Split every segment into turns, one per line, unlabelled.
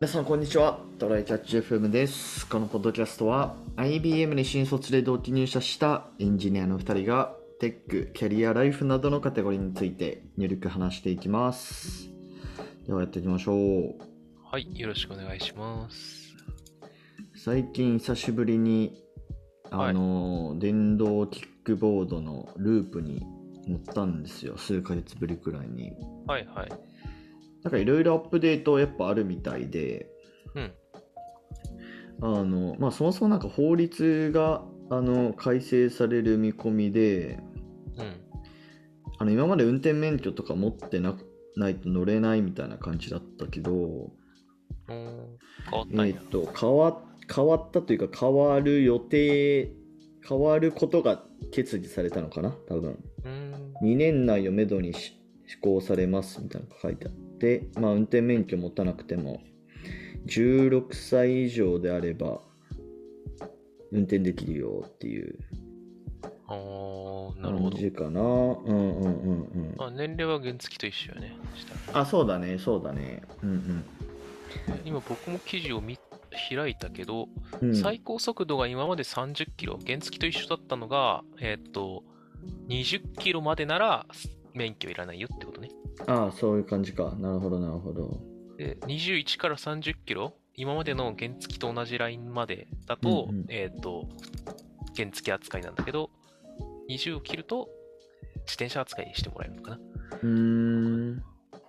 皆さんこんにちはトライキャッチ FM ですこのポッドキャストは IBM に新卒で同期入社したエンジニアの2人がテックキャリアライフなどのカテゴリーについてゆるく話していきますではやっていきましょう
はい、よろしくお願いします。
最近久しぶりにあの、電動キックボードのループに乗ったんですよ数ヶ月ぶりくらいに
はいはい。
なんかいろいろアップデートやっぱあるみたいで、
うん
あのまあ、そもそもなんか法律があの改正される見込みで
うん。
あの今まで運転免許とか持ってなないと乗れないみたいな感じだったけど、
おー変わっ
え
たんや
ーっ。と変わ変わったというか変わる予定変わることが決議されたのかな多分
うーん。
2年内をめどにし施行されますみたいなのが書いてあって、まあ、運転免許持たなくても16歳以上であれば運転できるよっていう
おーなるほ
感
ど。
じかなうんうんうんうん
あ年齢は原付と一緒やね。したら
あそうだねそうだねうん
今僕も記事を見開いたけど、
うんうん
最高速度が今まで30キロ、原付と一緒だったのが、えーっと、20キロまでなら免許いらないよってことね。
ああそういう感じかなるほどなるほど
で、21から30キロ、今までの原付と同じラインまでだと、
うんうん
えっ、と、原付扱いなんだけど、20を切ると、自転車扱いにしてもらえるのかな。
うーん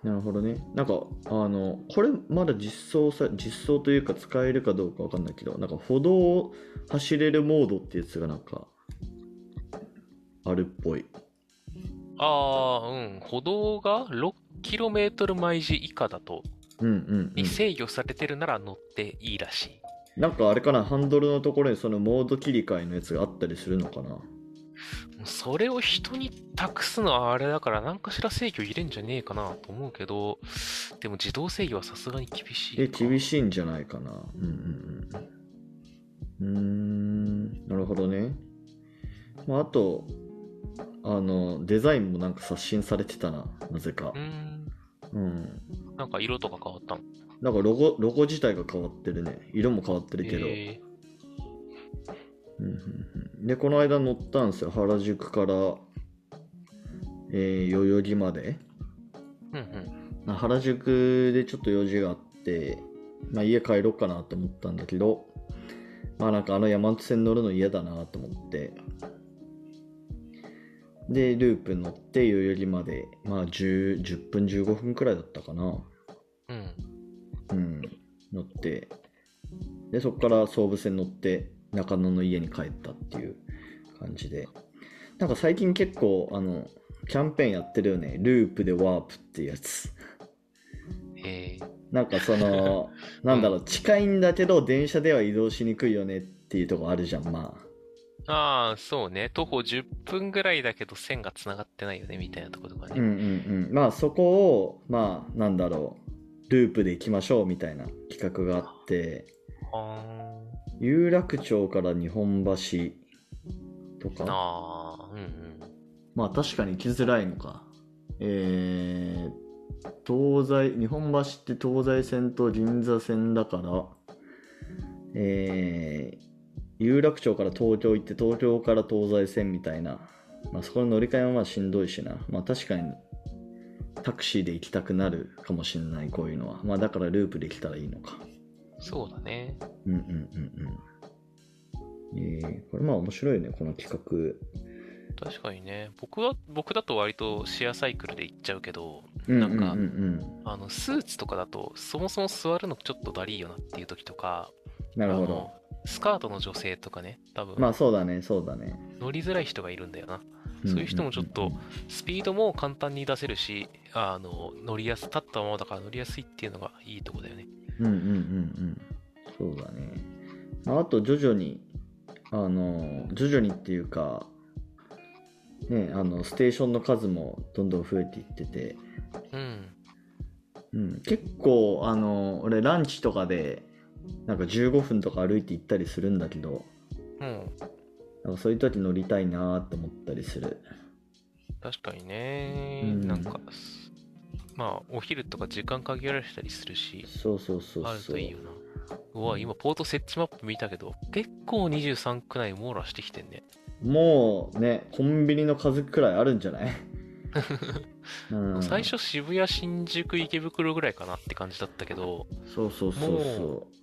なるほどねなんかあのこれまだ実装さ実装というか使えるかどうかわかんないけどなんか歩道を走れるモードってやつがなんかあるっぽい
ああ、うん、歩道が 6km 毎時以下だと、
うんうん、う
に
ん、
制御されてるなら乗っていいらしい。
なんかあれかなハンドルのところにそのモード切り替えのやつがあったりするのかな
もうそれを人に託すのはあれだから、何かしら制御入れんじゃねえかなと思うけど、でも自動制御はさすがに厳しいか。
え厳しいんじゃないかなうんうんうんうーんなるほどね、まあ、あとあのデザインもなんか刷新されてたななぜか
うーん、
うん
なんか色とか変わったの
なんかロゴロゴ自体が変わってるね。色も変わってるけど。
えー
うんうんうんで、この間乗ったんですよ。原宿から、えー代々木まで。
うんうん。
まあ原宿でちょっと用事があって、まあ、家帰ろうかなと思ったんだけど、まあなんかあの山手線乗るの嫌だなと思って。で、ループ乗って代々木まで、まあ 10, 10分15分くらいだったかな。
うん。
うん、乗ってでそこから総武線乗って中野の家に帰ったっていう感じでなんか最近結構あのキャンペーンやってるよねループでワープっていうやつ
え
なんかそ のなんだろう近いんだけど電車では移動しにくいよねっていうとこあるじゃんまあ
ー、ああ、そうね。徒歩10分ぐらいだけど線が繋がってないよね、みたいなとことか
うんう
ね。
んうんまあそこをまあなんだろうループで行きましょうみたいな企画があって
あ
有楽町から日本橋とか
ーあー、うんうん。
まあ確かに行きづらいのか。えー、東西、日本橋って東西線と銀座線だから、えー、有楽町から東京行って東京から東西線みたいな。まあそこの乗り換えはまあしんどいしな。まあ確かにタクシーで行きたくなるかもしれない、こういうのは。まあだからループできたらいいのか。
そうだね。
うんうんうんうん。えー、これまあ面白いね、この企
確かにね。僕は、僕だと割とシェアサイクルで行っちゃうけど、
画。
なんか
うううん
あの、スーツとかだと、そもそも座るのちょっとだりいよなっていう時とか、
うん、なるほ
あ
ど
の。スカートの女性とかね、多分、
まあそうだね、そうだね。
乗りづらい人がいるんだよな。そういう人もちょっとスピードも簡単に出せるし、あの、乗りやす、立ったままだから乗りやすいっていうのがいいとこだよね。
うんうんうんうんうん。そうだね。まああと徐々に、あの、徐々にっていうか、ね、あの、ステーションの数もどんどん増えていってて、
うん。
うん、結構、あの、俺ランチとかで、なんか15分とか歩いて行ったりするんだけど、
うん。
なんかそういう時乗りたいなーって思ったりする。
確かにね、
うん
なんかすまあお昼とか時間限られてたりするし
そうそうそう
ある
そ
と
う
いいよなうわ今ポート設置マップ見たけど結構23区内網羅してきてんね
もうねコンビニの数くらいあるんじゃ ない、うん、
最初渋谷新宿池袋ぐらいかなって感じだったけど
そうそうそうそう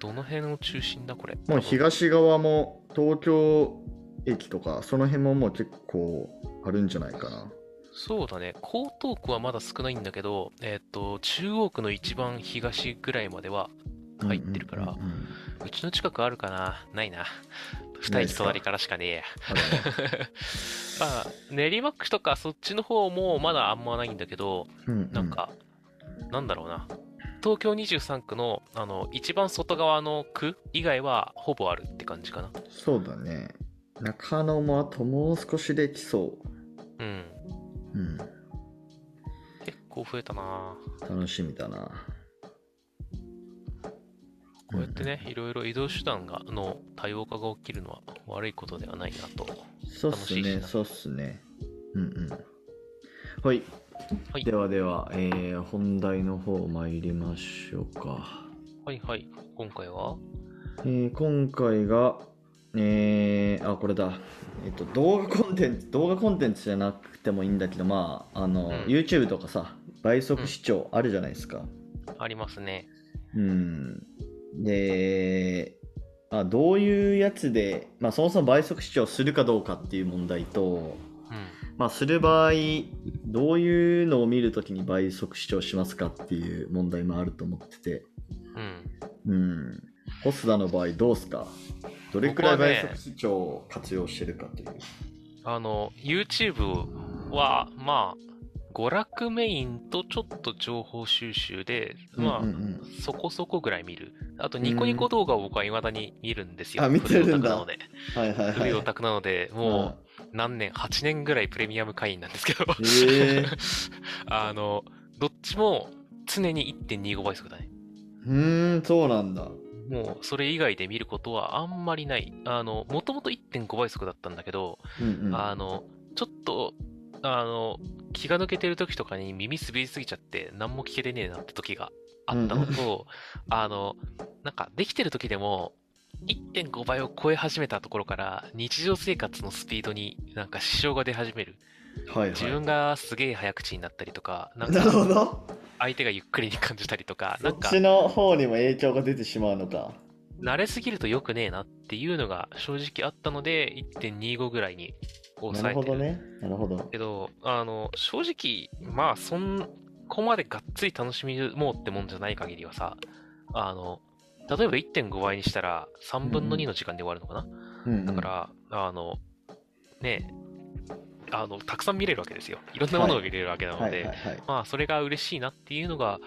どの辺を中心だこれ
もう東側も東京駅とかその辺ももう結構あるんじゃないかな
そうだね江東区はまだ少ないんだけどえっ、と中央区の一番東ぐらいまでは入ってるから
うんうんうんうん
うちの近くあるかなないな
な
二
いっす
駅
か
隣からしかねえや
あるある
まあ練馬区とかそっちの方もまだあんまないんだけど
う う
なんか、なんだろうな東京23区のあの一番外側の区以外はほぼあるって感じかな
そうだね中野もあともう少しできそ
うん
ううん
結構増えたな
楽しみだな
こうやってねいろいろ移動手段がの多様化が起きるのは悪いことではないなと
そうっす
楽しいし
ね
な
そうっすねうんうんはい、
はい
ではでは、えー本題の方参りましょうか
はいはい今回は
えー今回が、えーあ、これだ。えっと、動画コンテンツ、動画コンテンツじゃなくてもいいんだけど、まあ、あの、
うん
YouTube とかさ、倍速視聴あるじゃないですか。
ありますね
うん。で、あ、どういうやつで、まあ、そもそも倍速視聴するかどうかっていう問題と、
うん
まあ、する場合、どういうのを見るときに倍速視聴しますかっていう問題もあると思ってて。
うん
うん。ホスダの場合どうすかどれくらい倍速視聴を活用してるかという。
あの YouTube はまあ娯楽メインとちょっと情報収集で、まあ、
うんうんうん
そこそこぐらい見る。あと、
うん
ニコニコ動画を僕はいまだに見るんですよ。
あ見てるんだ
古いオタクなので。
はいはいは
古
い。
いオタクなので、もう何年、8年ぐらいプレミアム会員なんですけど、
うんへえ
あの、どっちも常に1.25倍速だね。
うーん、そうなんだ。
もう、それ以外で見ることはあんまりない。あの、もともと1.5倍速だったんだけど、
うんうん。
あの、ちょっと、あの、気が抜けてる時とかに耳滑りすぎちゃって、何も聞けてねえなって時があったのと、あの、なんか、できてる時でも、1.5倍を超え始めたところから、日常生活のスピードになんか支障が出始める。
はい
自
は。
分がすげえ早口になったりとか、ないん
なる
か、
ほど。
相手がゆっくりに感じたりとか、
そ
な
っ
んか
ち、の方にも影響が出てしまうのか。
慣れすぎると良くねえなっていうのが正直あったので、1.25ぐらいに
な
抑
る
え
ほ
て
ど
る
ね。なるほど。
けどあの正直まあそんここまでがっつり楽しみもうってもんじゃない限りはさあの例えば1.5倍にしたら3分の2の時間で終わるのかな、
うんうん
だからあのねえあのたくさん見れるわけですよいろんなものを見れるわけなので、
はいはいはい。
まあそれが嬉しいなっていうのが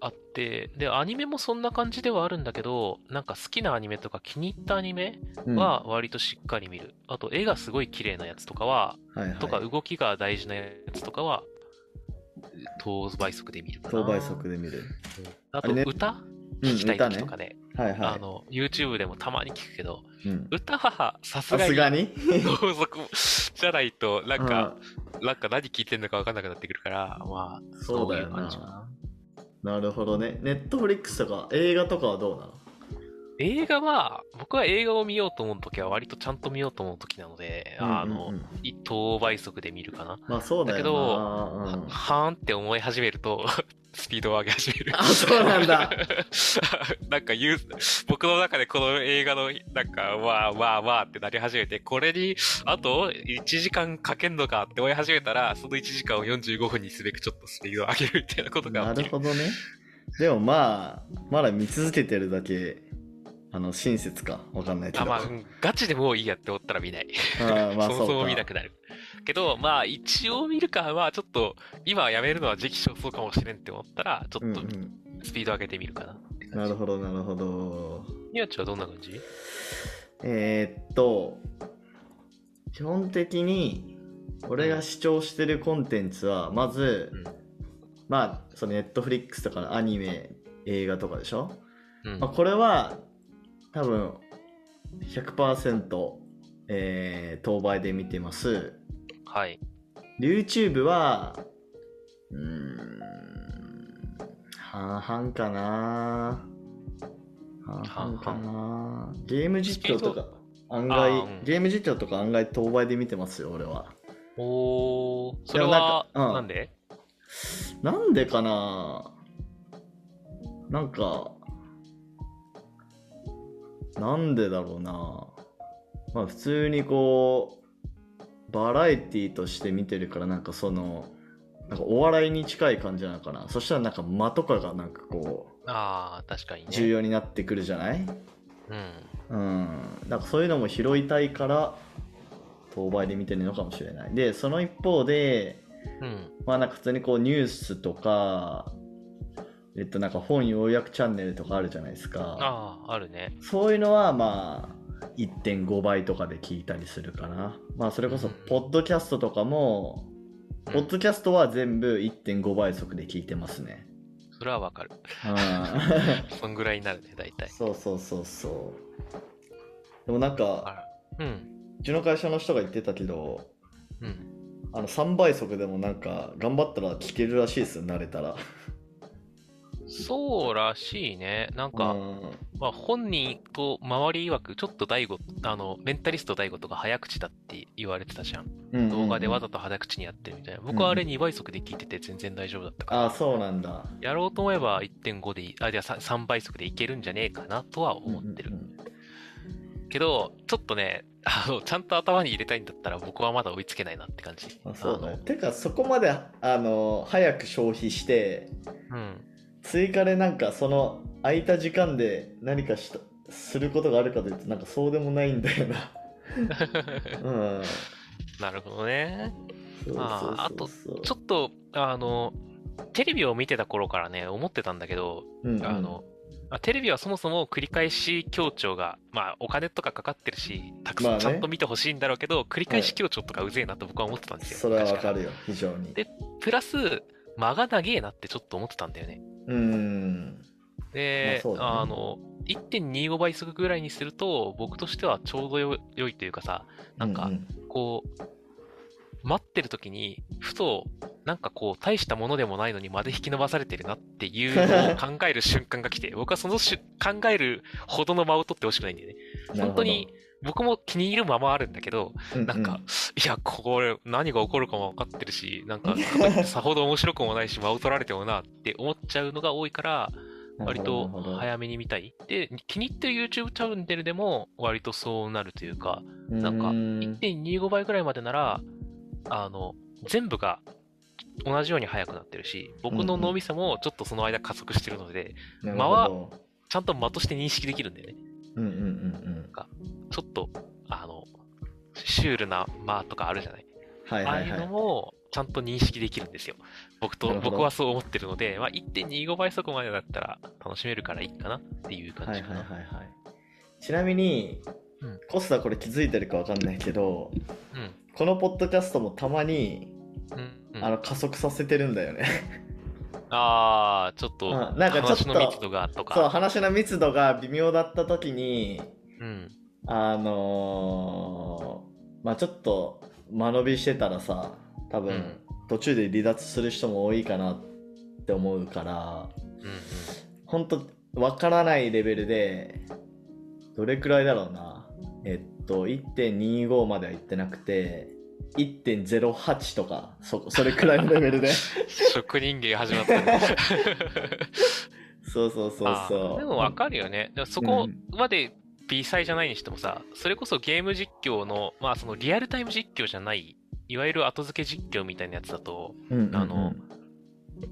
あってでアニメもそんな感じではあるんだけどなんか好きなアニメとか気に入ったアニメ
うん、
は割としっかり見る、あと絵がすごい綺麗なやつとかは
はいはい
とか動きが大事なやつとかは、等倍速で見るかな。
等倍速で見る。
あ
あれ
と
ね
歌
うん
聞きたい
歌
時
ね
とかね、
はいは
あ
い。
の YouTube でもたまに聞くけど、
うん
歌はさす
さ
が
す
に
がに。
等速 じゃないと、なんか、
う
なんか何聞いてんのか分かんなくなってくるから、まあ、
んそうだよ
い感じか
な。
な。
なるほどね。ネットフリックスとか映画とかはどうなの
映画は、僕は映画を見ようと思うときは割とちゃんと見ようと思うときなので、あ
うんう
の
んうん、
等倍速で見るかな。
まあそうだよな。
は
うん
はーんって思い始めると スピードを上げ始める
あそうなんだ
なんか言う僕の中でこの映画のなんかわーわーわーってなり始めてこれにあと1時間かけんのかって思い始めたらその1時間を45分にすべくちょっとスピードを上げるみたいなこと
な
が起
る
きる
ほどね。でもまあ、まだ見続けてるだけ、あの、親切か、わかんないけど。
あまあうんガチでもういいやって思ったら見ない、
あーまあ
そもそも見な
く
くなるけどまあ一応見るかはちょっと今はやめるのは時期尚早かもしれんって思ったらちょ
うん
っ
う
と
ん。
スピード上げてみるかなって感
な
じ
るほど、なるほど。
ニワッチはどんな感じ
えーっと、基本的に、俺が視聴してるコンテンツは、まず、
うん
まあ、そのネットフリックスとかのアニメ、映画とかでしょ、
うん
まあ、これは、多分、100%、えー、当倍で見てます。
はい。
YouTube はうーん半々かな半々かなゲーム
ス
実
ピー
況
ド
とか案
あー
外
うん
ゲーム実況とか案外当倍で見てますよ俺は
おー、それ
でもなん
は
か、うん
なんで
なんでかななんかなんでだろうなまあ普通にこうバラエティとして見てるからなんかそのなんかお笑いに近い感じなのかなそしたらなんか間とかがなんかこ
ああ、確かに
う
ね。
重要になってくるじゃない
う
う
ん。
ん、なんかそういうのも拾いたいから当倍で見てるのかもしれないでその一方で
うん。
まあなんか普通にこうニュースとかえっとなんか本要約チャンネルとかあるじゃないですか
ああ、あるね。
そういうのはまあ1.5倍とかで聞いたりするかなまあそれこそ
うん
ポッドキャストとかも、
うん
ポッドキャストは全部1.5倍速で聞いてますね、
それはわかる。
うん、
そんぐらいになるね、大 体。
そうそうそうそうでもなんか
あら。うん。
うちの会社の人が言ってたけど
うん。
あの3倍速でもなんか頑張ったら聞けるらしいですよ慣れたら
そうらしいね。なん
う
か、
ん
まあ、本人と周り曰く、ちょっと大悟、あの、メンタリスト大悟とか早口だって言われてたじゃん。
うんうん
動画でわざと早口にやってるみたいな。僕はあれ2倍速で聞いてて全然大丈夫だったから。
ああそうなんだ
やろうと思えば1.5でいい、あ、じゃあ 3, 3倍速でいけるんじゃねえかなとは思ってる
う。ん
けど、ちょっとね、あの、ちゃんと頭に入れたいんだったら僕はまだ追いつけないなって感じ。
あそう
あ
だ
の
ねてかそこまであの早く消費して
うん。
追加でなんかその空いた時間で何かしたすることがあるかというとなんかそうでもないんだよ なうん
なるほどね。
そう
まあ
そうそうそう
ちょっと、あの、テレビを見てた頃からね、思ってたんだけど、
うんうん
あの、まあテレビはそもそも繰り返し強調が、まあ、お金とかかかってるし、たくさん、
まあね
ちゃんと見てほしいんだろうけど、繰り返し強調とかうぜえなと僕は思ってたんですよ。
それはわ
昔
からるよ非常に
でプラス、間が長えなってちょっと思ってたんだよね。
うんまあ
で、
そうだね
あの、1.25倍速ぐらいにすると、僕としてはちょうどよ良いというかさ、なんか
う、
こう、待ってる時に、ふと、なんかこう、大したものでもないのにまで引き伸ばされてるなってい うのを考える瞬間が来て、僕はそのし考えるほどの間を取ってほしくないんだよね。本当に、僕も気に入るままあるんだけど、なんか、いや、これ、何が起こるかも分かってるし、なんか、かといってさほど面白くもないし、間を取られてもなって思っちゃうのが多いから、割と
い
早めに見たい。で、気に入ってる YouTube チャンネルでも割とそうなるというか、なんか1.25倍ぐらいまでなら、あの、全部が同じように速くなってるし、僕の脳みそもちょっとその間加速してるので、間はちゃんと間として認識できるんだよね。
うんうんうん
ちょっと、あの、シュールな間とかあるじゃない。
うんはい
ああ
はいいうは
の
い
もちゃんと認識できるんですよ。僕
な
と、
るほど
僕はそう思ってるので、まあ、1.25倍速までだったら楽しめるからいいかなっていう感
は
じ
い
か
はいはい
な。
はいちなみに、
うん
コスタこれ気づいてるかわかんないけど
うん
このポッドキャストもたまに、
うんうん
あの加速させてるんだよね、
ああ、ちょっと、
うんなんかちょっと
話の密度がと
そう
か。
話の密度が微妙だった時に
うん。
あのーまあちょっと間延びしてたらさ多分、
うん
途中で離脱する人も多いかなって思うから
うん
本当わからないレベルでどれくらいだろうなえっと1.25までは行ってなくて1.08とかそそれくらいのレベル で
うん。職人芸始まった ね。
そうそうそう
あ
そ
ー
う
でもわかるよね。でもそこまで B サイじゃないにしてもさ、それこそゲーム実況の、まあそのリアルタイム実況じゃない、いわゆる後付け実況みたいなやつだと、
うんうん
あの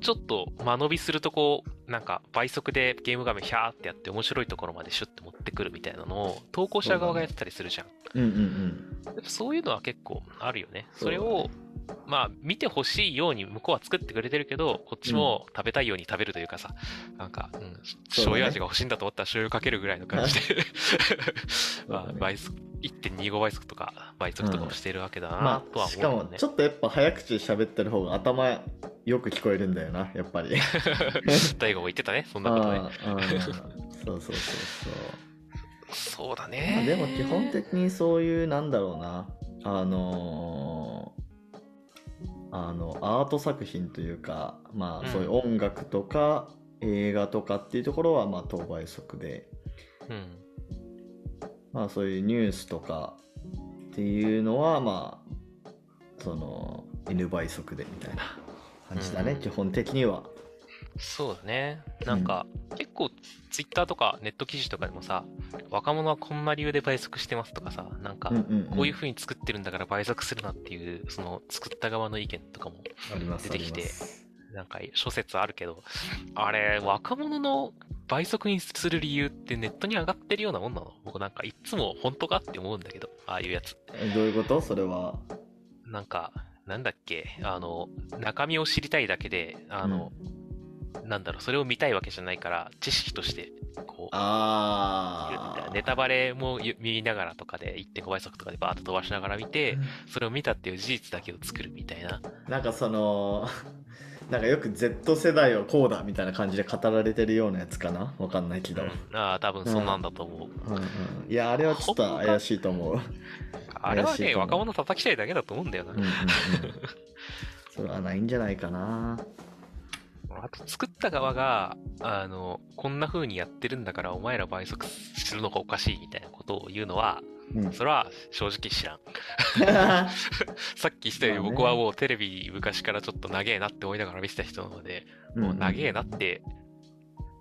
ちょっと間延びするとこう、なんか倍速でゲーム画面ヒャーってやって面白いところまでシュッて持ってくるみたいなのを投稿者側がやってたりするじゃん。
うんうんうん
やっぱそういうのは結構あるよね。
そ
そう
だね
れを、まあ、見てほしいように向こうは作ってくれてるけど、こっちも食べたいように食べるというかさ、なんか、うん、醤油味が欲しいんだと思ったら醤油かけるぐらいの感じ で、ま
そうだ
あ、
ね
倍速、1.25倍速とか倍速とかをしてるわけだな
ま
と
あ
は思う
し
け
か
ど
も
ね
ち。ょっとやっぱ早口で喋ってる方が頭よく聞こえるんだよなやっぱ り
大悟も言ってたね、そん
う
なんこ
うん
とね。
そうそうそうそう
そうだ
まあ
ね。
でも基本的にそういうなんだろうなあのーあのアート作品というかま
うん
あそういう音楽とか、映画とかっていうところはまあ当倍速で、
うん。
まあ、そういうニュースとかっていうのはまあその N 倍速でみたいな感じだね、
うん
基本的には。
そうだね。なんか、結構、ツイッターとかネット記事とかでもさ、若者はこんな理由で倍速してますとかさ、なんか、こういう
ふ
風に作ってるんだから倍速するなっていう、その作った側の意見とかも、
うに
出てきてなんか諸説あるけど、あれ、若者の倍速にする理由ってネットに上がってるようなもんなの僕なんかいっつも本当かって思うんだけど、ああいうやつ。
どういうことそれは。
なんか、なんだっけ、あの、中身を知りたいだけで、あの、なんだろう、それを見たいわけじゃないから、知識として、こう、見るみた
あ
いな
あ。
ネタバレも見ながらとかで1.5倍速とかでバーッと飛ばしながら見て、それを見たっていう事実だけを作るみたいな。
なんかそのなんかよく Z 世代はこうだみたいな感じで語られてるようなやつかなわかんないけど、
うんああ、多分そんなんだと思う。
うんうんいやあれはちょっと怪しいと思う、
あれは
怪しい
ね、
と思う
若者叩きたいだけだと思うんだよな。
うんうんうんそれはないんじゃないかな
あと作った側が、あの、こんな風にやってるんだからお前ら倍速するのがおかしいみたいなことを言うのは、
うん
それは正直知らん。さっき言ったように
まあね
僕はもうテレビ昔からちょっと長えなって思いながら見てた人なので、 もう長えなって、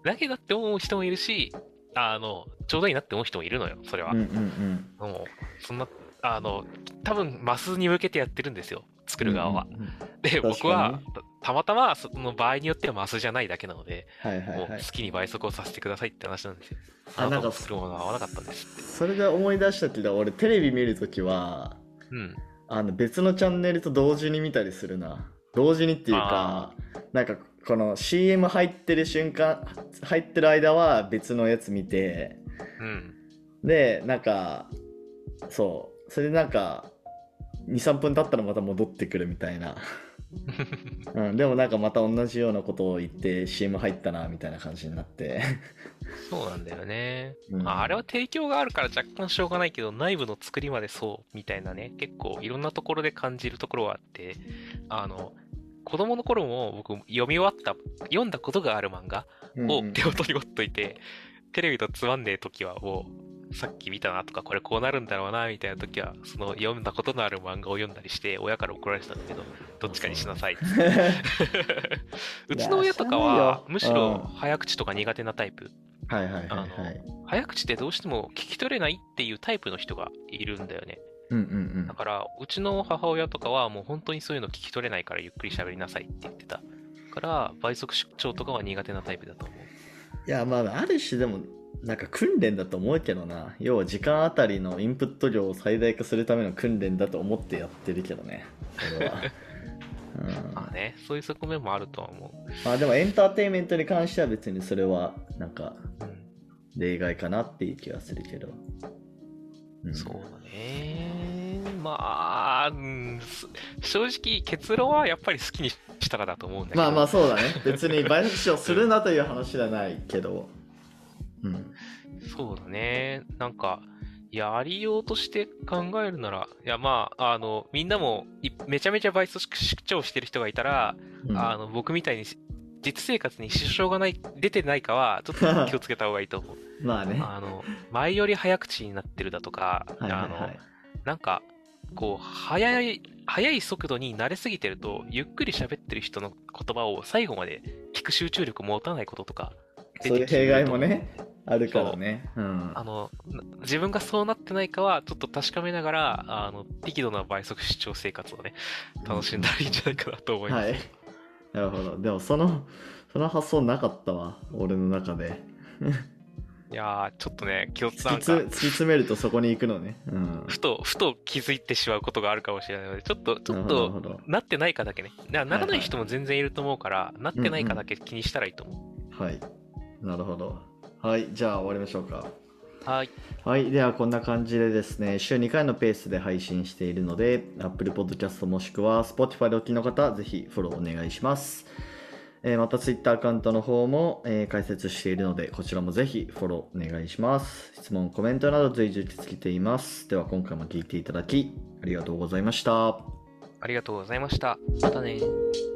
長えなって思う人もいるし、あの、ちょうどいいなって思う人もいるのよ、それは。
うんうんうん
もう、そんな、あの、多分マスに向けてやってるんですよ、作る側は。
うんうんうん
で、
かに
僕はたたまたまその場合によってはマスじゃないだけなので、
はいはい
もう
は
好
い
きに倍速をさせてくださいって話なんですよ。
あ
あ
な
な
ん
た
か
の作るものは合わなかったんですって。
それで思い出したけど俺テレビ見るときは
うん。
あの別のチャンネルと同時に見たりするな同時にっていうかなんかこの CM 入ってる瞬間入ってる間は別のやつ見て
うん。
でなんかそうそれでなんか23分経ったらまた戻ってくるみた いな、うん、でもなんかまた同じようなことを言って CM 入ったなみたいな感じになって、
そうなんだよね。
うん
ま ああれは提供があるから若干しょうがないけど、内部の作りまでそうみたいなね、結構いろんなところで感じるところはあって、あの、子供の頃も僕読み終わった、読んだことがある漫画
うん
を手元に持っといて、テレビとつまんねえ時はもう、さっき見たなとか、これこうなるんだろうな、みたいな時は、その読んだことのある漫画を読んだりして、親から怒られてたんだけど、どっちかにしなさいっつってうちの親とか
いや知らない
は
よ、
むしろ早口とか苦手なタイプ。
はいはいはいは
あの
い
早口ってどうしても聞き取れないっていうタイプの人がいるんだよね。
うんうんうん
だから、うちの母親とかはもう本当にそういうの聞き取れないからゆっくり喋りなさいって言ってた。から、倍速出張とかは苦手なタイプだと思う。
いやまあある種でもなんか訓練だと思うけどな要は時間あたりのインプット量を最大化するための訓練だと思ってやってるけどねそ れは、うん、
まあね、そういう側面もあるとは思
まあでもエンターテインメントに関しては別にそれはなんか
う。うん
例外かなっていう気はするけど、うん
そうだね。まあ、うんす正直結論はやっぱり好きにしたらだと思うんだけど。
まあまあそうだね別に倍速視をするなという話ではないけどうん
そうだね。なんか、やりようとして考えるなら、いやまあ、あの、みんなもいめちゃめちゃ倍速視聴してる人がいたら、
うん
あの、僕みたいに実生活に支障がない、出てないかは、ちょっと気をつけた方がいいと思う。
まあ ねは
あの、前より早口になってるだとか、
いはい
あ
は
の
い、
なんか、こう、速い、速い速度に慣れすぎてると、ゆっくり喋ってる人の言葉を最後まで聞く集中力持たないこととか、出
そうい
て
う
きて
弊
る
害
と
もねあるからねうん
あの、な自分がそうなってないかは、ちょっと確かめながら、あの、適度な倍速視聴生活をね、楽しんだらいいんじゃないかなと思います。
はい。なるほど。でもその、その発想なかったわ、俺の中で。
い、やー、ちょっとね、気をつ
突
なん
きつ
か
突、き詰めるとそこに行くのね。うん。
ふと、ふと気づいてしまうことがあるかもしれないので、ちょっと、ちょっ
なる
と、
ほど。なる
なってないかだけね。なな
は
ら
い
な
はい
い人も全然いると思うから、なってないかだけ気にしたらいいと思
ほどはい。なるほど。はい。じゃあ終わりましょうか。
う。はい。
はい。ではこんな感じでですね、週2回のペースで配信しているので、Apple Podcast もしくは Spotify でお聞きの方、ぜひフォローお願いします。えーまた Twitter アカウントの方も、えー解説しているので、こちらもぜひフォローお願いします。質問、コメントなど随時受け付けています。では今回も聞いていただき、ありがとうございました。
ありがとうございました。またねー